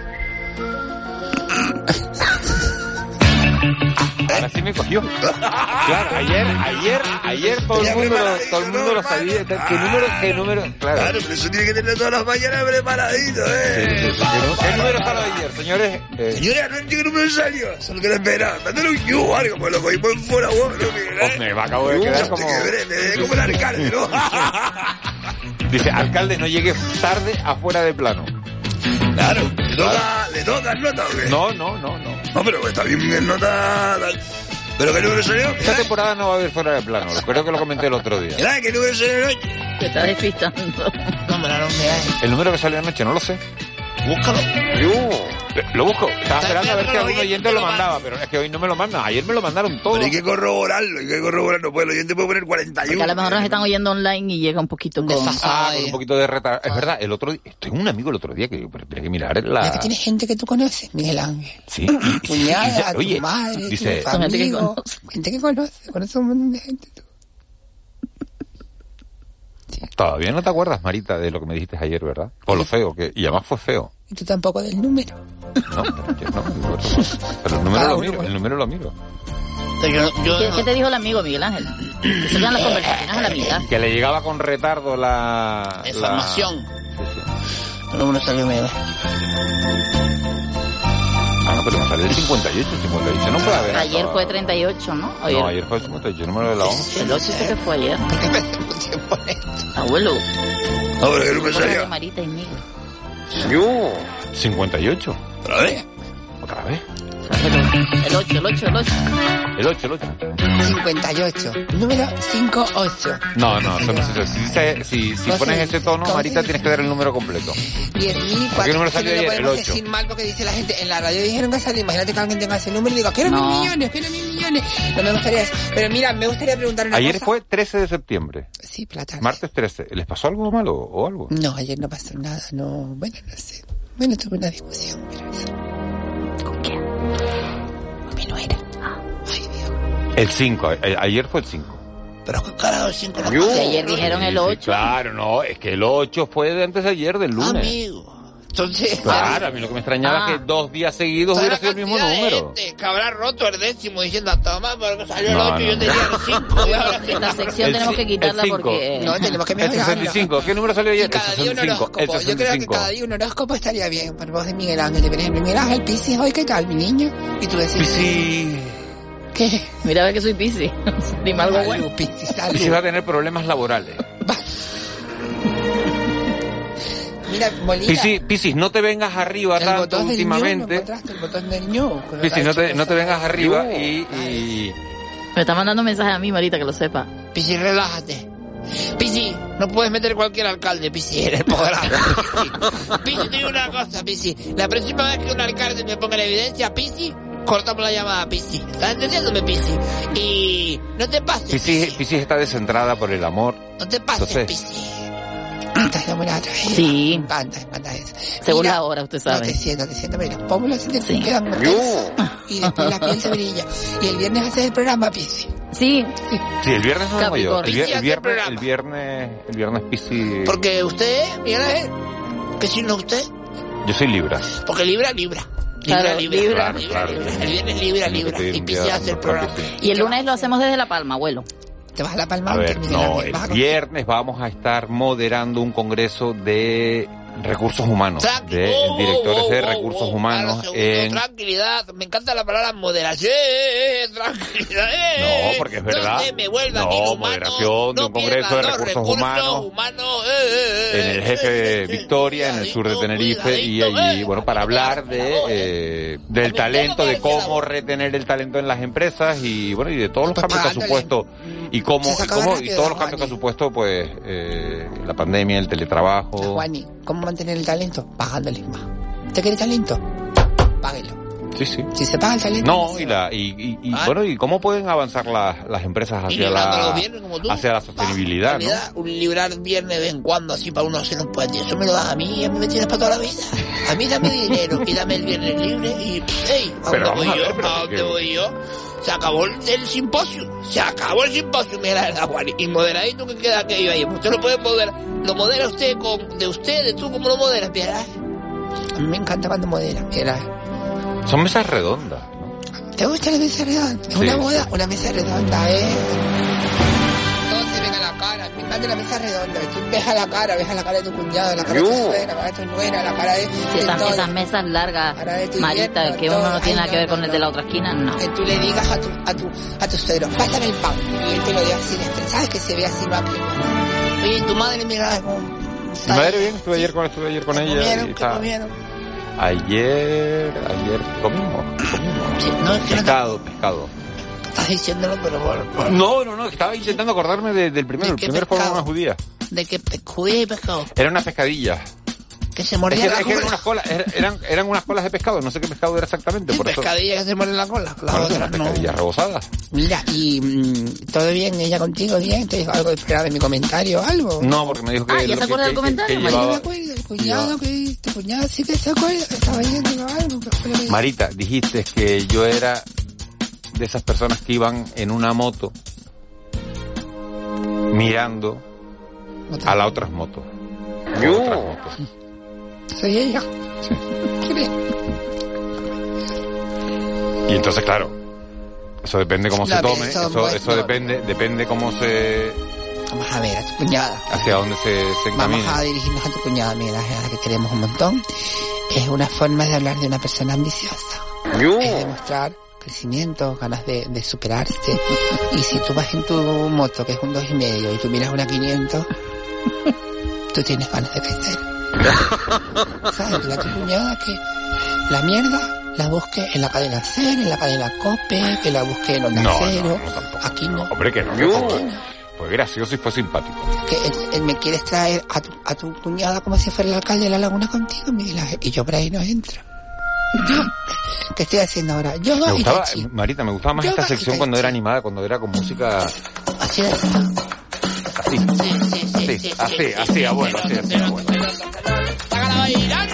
[SPEAKER 16] Ahora sí me cogió. Claro, ayer, ayer, ayer todo el mundo lo, todo el mundo lo sabía. ¿Qué número, qué número? Claro.
[SPEAKER 21] Claro, pero eso tiene que tener todas las mañanas preparadito, eh.
[SPEAKER 16] ¿Qué número salió ayer, señores? eh.
[SPEAKER 21] Señores, no entiendo qué número salió. Solo que lo esperaba. Mándale un yu o algo, pues lo cogí por fuera, vos, pero mira,
[SPEAKER 16] me acabo de quedar como...
[SPEAKER 21] es como el alcalde, ¿no?
[SPEAKER 16] Dice, alcalde, no llegues tarde afuera de plano.
[SPEAKER 21] Claro, le toca, le toca el nota, ¿o qué?
[SPEAKER 16] No, no, no, no.
[SPEAKER 21] No, pero está bien el nota. Pero qué número salió.
[SPEAKER 16] Esta temporada no va a haber fuera de plano. Creo que lo comenté el otro día.
[SPEAKER 21] Mirá, qué número salió hoy.
[SPEAKER 18] Te está despistando.
[SPEAKER 19] No me la hay.
[SPEAKER 16] El número que salió anoche, no lo sé. uh,
[SPEAKER 19] Búscalo.
[SPEAKER 16] Lo busco. Estaba
[SPEAKER 21] Está
[SPEAKER 16] esperando a ver si
[SPEAKER 21] esperándolo
[SPEAKER 16] algún
[SPEAKER 21] hoy,
[SPEAKER 16] oyente lo mandaba, pero es que hoy no me lo manda. Ayer me lo mandaron todo.
[SPEAKER 21] Pero hay que corroborarlo, hay que corroborarlo. Pues el oyente puede poner 41.
[SPEAKER 18] Porque a lo mejor nos están oyendo online y llega un poquito con...
[SPEAKER 16] Ah, con un poquito de retardo. Es verdad, el otro día, tengo un amigo el otro día que digo, pero, pero hay que mirar
[SPEAKER 19] Es que
[SPEAKER 16] la...
[SPEAKER 19] tienes gente que tú conoces, Miguel Ángel.
[SPEAKER 16] Sí, y- y-
[SPEAKER 19] Cuñada,
[SPEAKER 16] dice,
[SPEAKER 19] tu
[SPEAKER 16] oye,
[SPEAKER 19] madre,
[SPEAKER 16] dice-
[SPEAKER 19] tu
[SPEAKER 16] Son gente que
[SPEAKER 19] amigo. Gente que conoce, conoce un montón de gente.
[SPEAKER 16] Todavía no te acuerdas, Marita, de lo que me dijiste ayer, ¿verdad? O lo feo, que y además fue feo.
[SPEAKER 19] Y tú tampoco del número.
[SPEAKER 16] No, yo no, me acuerdo. pero el
[SPEAKER 19] Ah,
[SPEAKER 16] número lo miro, el número lo miro.
[SPEAKER 18] ¿Qué, qué te dijo el amigo Miguel Ángel? Que se quedan las conversaciones a la mitad.
[SPEAKER 16] Que le llegaba con retardo la... la-
[SPEAKER 19] Información. No me lo salió Miguel
[SPEAKER 16] Ah, no, pero me salió el 58, 58, no puede haber.
[SPEAKER 18] Ayer
[SPEAKER 16] acabado.
[SPEAKER 18] fue 38, ¿no?
[SPEAKER 16] No,
[SPEAKER 18] Ayer.
[SPEAKER 16] ayer fue el 58, número de la 11.
[SPEAKER 18] El 8 sí que fue ayer. Abuelo.
[SPEAKER 16] No, pero el número
[SPEAKER 18] Recuerda de
[SPEAKER 16] salió.
[SPEAKER 18] Marita y Miguel.
[SPEAKER 16] 58. ¿Otra vez? ¿Otra vez?
[SPEAKER 18] El 8, el 8, el 8.
[SPEAKER 16] El 8, el 8.
[SPEAKER 19] 58. Número 58.
[SPEAKER 16] No, no, eso no se hace. Si, dice- si, si
[SPEAKER 19] No
[SPEAKER 16] pones
[SPEAKER 19] sé.
[SPEAKER 16] ese tono,
[SPEAKER 19] ¿Cómo
[SPEAKER 16] Marita,
[SPEAKER 19] se dice?
[SPEAKER 16] tienes que dar el número completo.
[SPEAKER 19] 10.004.
[SPEAKER 16] ¿Qué número
[SPEAKER 19] Que
[SPEAKER 16] salió
[SPEAKER 19] no lo
[SPEAKER 16] ayer? El
[SPEAKER 19] podemos
[SPEAKER 16] ocho.
[SPEAKER 19] decir mal porque dice la gente en la radio dijeron que salió. Imagínate que alguien tenga ese número y diga, quiero
[SPEAKER 16] No.
[SPEAKER 19] mil millones, quiero mil millones. No me gustaría eso. Pero mira, me gustaría preguntar una
[SPEAKER 16] Ayer
[SPEAKER 19] cosa.
[SPEAKER 16] fue 13 de septiembre.
[SPEAKER 19] Sí, plata.
[SPEAKER 16] Martes 13. ¿Les pasó algo malo o algo?
[SPEAKER 19] No, ayer no pasó nada. No, bueno, no sé. Bueno, tuve una discusión. Mira. ¿Con quién? Con mi nuera.
[SPEAKER 16] El 5. Ayer fue el 5.
[SPEAKER 19] Pero qué carajo, cinco no
[SPEAKER 16] Yo.
[SPEAKER 19] pasa.
[SPEAKER 18] Ayer dijeron el
[SPEAKER 16] Sí, sí,
[SPEAKER 18] 8.
[SPEAKER 16] Claro, no, es que el 8 fue de antes de ayer, del lunes.
[SPEAKER 19] Amigo. Ah. Entonces,
[SPEAKER 16] Claro, a mí lo que me extrañaba es que dos días seguidos hubiera sido el mismo
[SPEAKER 19] cantidad de
[SPEAKER 16] número.
[SPEAKER 19] gente este, que habrá roto el décimo diciendo hasta más, porque salió el
[SPEAKER 16] No,
[SPEAKER 19] 8 y
[SPEAKER 16] no,
[SPEAKER 19] yo
[SPEAKER 16] no.
[SPEAKER 19] tenía el 5.
[SPEAKER 18] Esta sección tenemos que quitarla porque... eh,
[SPEAKER 19] No, tenemos que
[SPEAKER 16] El
[SPEAKER 19] mejorarla.
[SPEAKER 16] 65. ¿Qué número salió ayer? El
[SPEAKER 19] Cada día un
[SPEAKER 16] 65.
[SPEAKER 19] horóscopo.
[SPEAKER 16] El
[SPEAKER 19] Yo creo que
[SPEAKER 16] 65.
[SPEAKER 19] cada día un horóscopo estaría bien. Por voz de Miguel Ángel, por ejemplo. Miguel Ángel, Piscis, hoy qué tal, mi niño. Y tú decís.
[SPEAKER 16] Piscis.
[SPEAKER 19] ¿Qué?
[SPEAKER 18] Mira, a ver que soy Piscis. Dime algo bueno.
[SPEAKER 16] Y si va a tener problemas laborales.
[SPEAKER 19] Mira, Molina.
[SPEAKER 16] Pisis, Pisis, no te vengas arriba
[SPEAKER 19] el
[SPEAKER 16] tanto
[SPEAKER 19] botón del ño, ¿no
[SPEAKER 16] últimamente.
[SPEAKER 19] encontraste el botón del ño. Con
[SPEAKER 16] Pisis,
[SPEAKER 19] la
[SPEAKER 16] no te,
[SPEAKER 19] chica
[SPEAKER 16] no
[SPEAKER 19] esa.
[SPEAKER 16] te vengas arriba y... y-
[SPEAKER 18] Me está mandando mensajes a mí, Marita, que lo sepa.
[SPEAKER 19] Pisi, relájate. Pisi, no puedes meter cualquier alcalde, Pisi, en el programa. Pisi, te digo una cosa, Pisi. La próxima vez que un alcalde me ponga en evidencia, Pisi, cortamos la llamada, Pisi. ¿Estás entendiéndome, Pisi? Y no te pases,
[SPEAKER 16] Pisis, Pisis está descentrada por el amor.
[SPEAKER 19] no te pases,
[SPEAKER 16] Entonces-
[SPEAKER 19] Pisi. Estás enamorada otra vez.
[SPEAKER 18] Sí.
[SPEAKER 19] Panda, panda es.
[SPEAKER 18] Según
[SPEAKER 19] Mira,
[SPEAKER 18] la hora, usted
[SPEAKER 19] No
[SPEAKER 18] sabe.
[SPEAKER 19] te siento, te siento. Mira, los pómulos se te
[SPEAKER 18] Sí.
[SPEAKER 19] quedan
[SPEAKER 16] ¡Yo!
[SPEAKER 19] Y después la piel se brilla. Y el viernes haces el programa, Pisi.
[SPEAKER 18] Sí.
[SPEAKER 16] Sí, el viernes no vengo yo. El,
[SPEAKER 19] Capricornio.
[SPEAKER 16] vier-
[SPEAKER 19] Sí,
[SPEAKER 16] el
[SPEAKER 19] hace
[SPEAKER 16] viernes, el viernes, el viernes Pisis...
[SPEAKER 19] Porque usted, mira, eh, Pisi, no usted.
[SPEAKER 16] Yo soy Libra.
[SPEAKER 19] Porque Libra, Libra. Libra,
[SPEAKER 18] Claro,
[SPEAKER 19] Libra.
[SPEAKER 18] Libra.
[SPEAKER 16] Claro, claro.
[SPEAKER 19] El viernes Libra,
[SPEAKER 16] Tengo
[SPEAKER 19] Libra.
[SPEAKER 16] que pedir
[SPEAKER 19] Y
[SPEAKER 16] un
[SPEAKER 19] Piscis
[SPEAKER 16] día
[SPEAKER 19] hace el
[SPEAKER 16] normal,
[SPEAKER 19] programa.
[SPEAKER 16] Pisis.
[SPEAKER 18] Y el lunes lo hacemos desde La Palma, abuelo.
[SPEAKER 19] Te vas a La Palma.
[SPEAKER 16] A ver,
[SPEAKER 19] Miguel
[SPEAKER 16] no,
[SPEAKER 19] Ángel,
[SPEAKER 16] el
[SPEAKER 19] vas a conocer.
[SPEAKER 16] viernes vamos a estar moderando un congreso de recursos humanos,
[SPEAKER 19] Tranqui-
[SPEAKER 16] de
[SPEAKER 19] oh, oh,
[SPEAKER 16] directores de
[SPEAKER 19] oh, oh,
[SPEAKER 16] recursos
[SPEAKER 19] oh,
[SPEAKER 16] humanos
[SPEAKER 19] para segundo,
[SPEAKER 16] en...
[SPEAKER 19] Tranquilidad. Me encanta la palabra moderación. eh, eh, Tranquilidad. eh,
[SPEAKER 16] No, porque es
[SPEAKER 19] no
[SPEAKER 16] verdad.
[SPEAKER 19] se me vuelva
[SPEAKER 16] No,
[SPEAKER 19] inhumano,
[SPEAKER 16] moderación de
[SPEAKER 19] no
[SPEAKER 16] un congreso de
[SPEAKER 19] pierdan los
[SPEAKER 16] recursos humanos.
[SPEAKER 19] humanos, eh, eh,
[SPEAKER 16] en el jefe de Victoria, en el sur de Tenerife, y allí, bueno, para hablar de eh, del talento, de cómo retener el talento en las empresas y, bueno, y de
[SPEAKER 19] Pues
[SPEAKER 16] todos los cambios que ha supuesto y cómo, y, cómo- y todos los cambios que ha supuesto, pues, eh, la pandemia, el teletrabajo.
[SPEAKER 19] Juani, ¿cómo mantener el talento? Pagándole más. ¿Te quieres talento? Páguelo.
[SPEAKER 16] Sí, sí.
[SPEAKER 19] Si se paga el talento.
[SPEAKER 16] No, y, la, y, y- y,
[SPEAKER 19] Ah.
[SPEAKER 16] bueno, y cómo pueden avanzar las, las empresas
[SPEAKER 19] Y
[SPEAKER 16] hacia
[SPEAKER 19] librando a los
[SPEAKER 16] la,
[SPEAKER 19] gobiernos como tú.
[SPEAKER 16] hacia la sostenibilidad, ¿no?
[SPEAKER 19] Navidad, Un librar viernes de vez en cuando, así para uno se nos puede. Eso me lo das a mí, a mí me tienes para toda la vida. A mí dame dinero y dame el viernes libre y. ¡Ey! ¿A
[SPEAKER 16] Pero
[SPEAKER 19] dónde
[SPEAKER 16] vamos
[SPEAKER 19] voy
[SPEAKER 16] a ver,
[SPEAKER 19] yo?
[SPEAKER 16] pero
[SPEAKER 19] ¿A
[SPEAKER 16] que-
[SPEAKER 19] dónde voy yo? Se acabó el, el simposio. Se acabó el simposio, mira la Juan. Y moderadito que queda aquello ahí. Usted lo puede moderar. Lo modera usted con, de usted, de tú, ¿cómo lo moderas? Mira. A mí me encanta cuando moderas, mira.
[SPEAKER 16] Son mesas redondas.
[SPEAKER 19] ¿Te gusta la mesa redonda?
[SPEAKER 16] Sí.
[SPEAKER 19] Una boda, una mesa redonda, ¿eh? Todo se ve a la cara, me encanta la mesa redonda. Tú ves a la cara, ves a la cara de tu cuñado, la cara de tu
[SPEAKER 18] Yo.
[SPEAKER 19] suegra, la cara de tu nuera, la cara de...
[SPEAKER 18] Si
[SPEAKER 19] de
[SPEAKER 18] esas,
[SPEAKER 19] todo.
[SPEAKER 18] esas mesas largas,
[SPEAKER 19] tu
[SPEAKER 18] Marita,
[SPEAKER 19] yerno,
[SPEAKER 18] que uno
[SPEAKER 19] todo.
[SPEAKER 18] no tiene
[SPEAKER 19] Ay,
[SPEAKER 18] nada que
[SPEAKER 19] no,
[SPEAKER 18] ver
[SPEAKER 19] no,
[SPEAKER 18] con el
[SPEAKER 19] no.
[SPEAKER 18] de la otra esquina, no.
[SPEAKER 19] Que tú le digas a tu, a tu, a tu suegro, pásame el pan. Y él te lo dio así de frente. ¿Sabes que se ve así más que- Oye, tu madre mira como...
[SPEAKER 16] Mi madre bien, estuve ayer con, estuve ayer con ella. y
[SPEAKER 19] comieron, que
[SPEAKER 16] está-
[SPEAKER 19] comieron.
[SPEAKER 16] Ayer, ayer comimos. comimos. pescado, pescado.
[SPEAKER 19] Estás diciéndolo, pero por... por-
[SPEAKER 16] No, no, no, estaba intentando acordarme de- del primero.
[SPEAKER 19] ¿De
[SPEAKER 16] el
[SPEAKER 19] qué
[SPEAKER 16] primero fue
[SPEAKER 19] pescado?
[SPEAKER 16] una judía.
[SPEAKER 19] De que pe- judía y pescado.
[SPEAKER 16] Era una pescadilla.
[SPEAKER 19] Que se
[SPEAKER 16] Es
[SPEAKER 19] mordía
[SPEAKER 16] que,
[SPEAKER 19] la
[SPEAKER 16] es que eran,
[SPEAKER 19] cola.
[SPEAKER 16] unas colas, er- eran, eran unas colas de pescado, no sé qué pescado era exactamente. Por eso,
[SPEAKER 19] Pescadilla que se muerde la cola. La
[SPEAKER 16] Bueno,
[SPEAKER 19] otra
[SPEAKER 16] eran
[SPEAKER 19] no.
[SPEAKER 16] pescadillas rebozadas.
[SPEAKER 19] Mira, y mm, todo bien, ella contigo, bien, te dijo algo de esperar de mi comentario, algo.
[SPEAKER 16] No, porque me dijo que.
[SPEAKER 19] Ah, ¿ya
[SPEAKER 16] lo
[SPEAKER 19] se
[SPEAKER 16] que-
[SPEAKER 19] acuerda del
[SPEAKER 16] que- que- que
[SPEAKER 19] comentario,
[SPEAKER 16] llevaba-
[SPEAKER 19] María? El cuñado, que tu cuñado sí que se acuerda, que estaba yendo a algo. que fue lo que-
[SPEAKER 16] Marita, dijiste que yo era de esas personas que iban en una moto mirando a las otras motos. A otras motos.
[SPEAKER 19] Soy ella.
[SPEAKER 16] Y entonces, claro, eso depende cómo
[SPEAKER 19] La
[SPEAKER 16] se tome,
[SPEAKER 19] bestia,
[SPEAKER 16] eso,
[SPEAKER 19] pues,
[SPEAKER 16] eso
[SPEAKER 19] no.
[SPEAKER 16] depende, depende cómo se,
[SPEAKER 19] Vamos a ver, a tu cuñada.
[SPEAKER 16] hacia dónde se, se
[SPEAKER 19] Vamos a
[SPEAKER 16] encamina.
[SPEAKER 19] dirigirnos a tu cuñada, Miguel Ángel, a la que queremos un montón. Es una forma de hablar de una persona ambiciosa. Es demostrar crecimiento, ganas de, de superarse. Y si tú vas en tu moto, que es un dos y medio, y tú miras una 500, tú tienes ganas de crecer. ¿Sabes? La tu cuñada que la mierda la busque en la cadena CER, en la cadena COPE, que la busque en Onda
[SPEAKER 16] No, no,
[SPEAKER 19] Cero.
[SPEAKER 16] no, tampoco.
[SPEAKER 19] Aquí no.
[SPEAKER 16] Hombre, que no. que tampoco. Fue gracioso y fue simpático.
[SPEAKER 19] que eh, eh, me quieres traer a tu, a tu cuñada como si fuera el alcalde de la laguna contigo, Miguel Ángel. Y yo por ahí no entro. Yo, ¿qué estoy haciendo ahora? Yo
[SPEAKER 16] Me
[SPEAKER 19] no y
[SPEAKER 16] gustaba,
[SPEAKER 19] Tachi.
[SPEAKER 16] Marita, me gustaba más
[SPEAKER 19] Yo
[SPEAKER 16] esta
[SPEAKER 19] bajita,
[SPEAKER 16] sección cuando era animada, cuando era con música
[SPEAKER 19] Así es.
[SPEAKER 16] así. Así, así, así, abuelo, así, así, abuelo.
[SPEAKER 19] Sácala a bailar.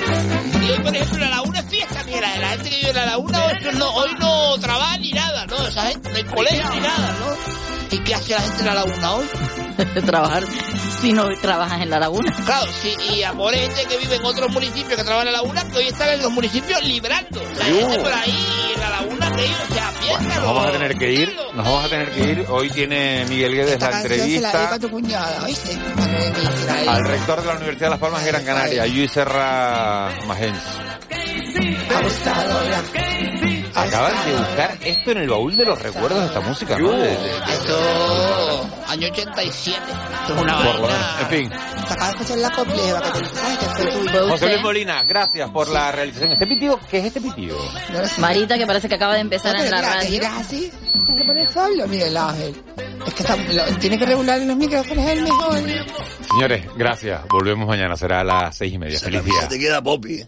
[SPEAKER 19] Y hoy, por ejemplo, la laguna es fiesta, Miguel Ángel. La gente que vive en la laguna hoy no, hoy no trabaja ni nada, ¿no? O la gente, no hay colegio ni nada, ¿no? ¿Y qué hace la gente en la laguna hoy?
[SPEAKER 18] Trabajar si no trabajas en la laguna.
[SPEAKER 19] Claro, sí, y a pobre gente que vive en otros municipios que trabajan en la laguna, que hoy están en los municipios librando. La
[SPEAKER 16] Dios.
[SPEAKER 19] gente por ahí, en la laguna, que ellos se apientan.
[SPEAKER 16] Nos vamos a tener que ir, nos vamos a tener que ir. Hoy tiene Miguel Guedes la entrevista
[SPEAKER 19] tu cuñada, ¿oíste?
[SPEAKER 16] al rector de la Universidad de Las Palmas de Gran Canaria, Luis Serra Magens. Acaban de buscar esto en el baúl de los recuerdos de esta música, ¿no? De- de-
[SPEAKER 19] Esto, año 87. Esto es una
[SPEAKER 16] Por lo
[SPEAKER 19] vaina.
[SPEAKER 16] menos. En fin,
[SPEAKER 19] Te acabas de hacer la compleja que te sabes que fue tu
[SPEAKER 16] José Luis Molina, gracias por la realización. ¿Este pitido? ¿Qué es este pitido?
[SPEAKER 18] Marita, que parece que acaba de empezar
[SPEAKER 19] No,
[SPEAKER 18] en
[SPEAKER 19] pero
[SPEAKER 18] la
[SPEAKER 19] mira, te
[SPEAKER 18] radio.
[SPEAKER 19] giras así, tienes que poner solo, Miguel Ángel. Es que está- lo- tiene que regular los micrófonos el mejor.
[SPEAKER 16] Señores, gracias. Volvemos mañana, será a las seis y media. Feliz día.
[SPEAKER 21] te queda Poppy.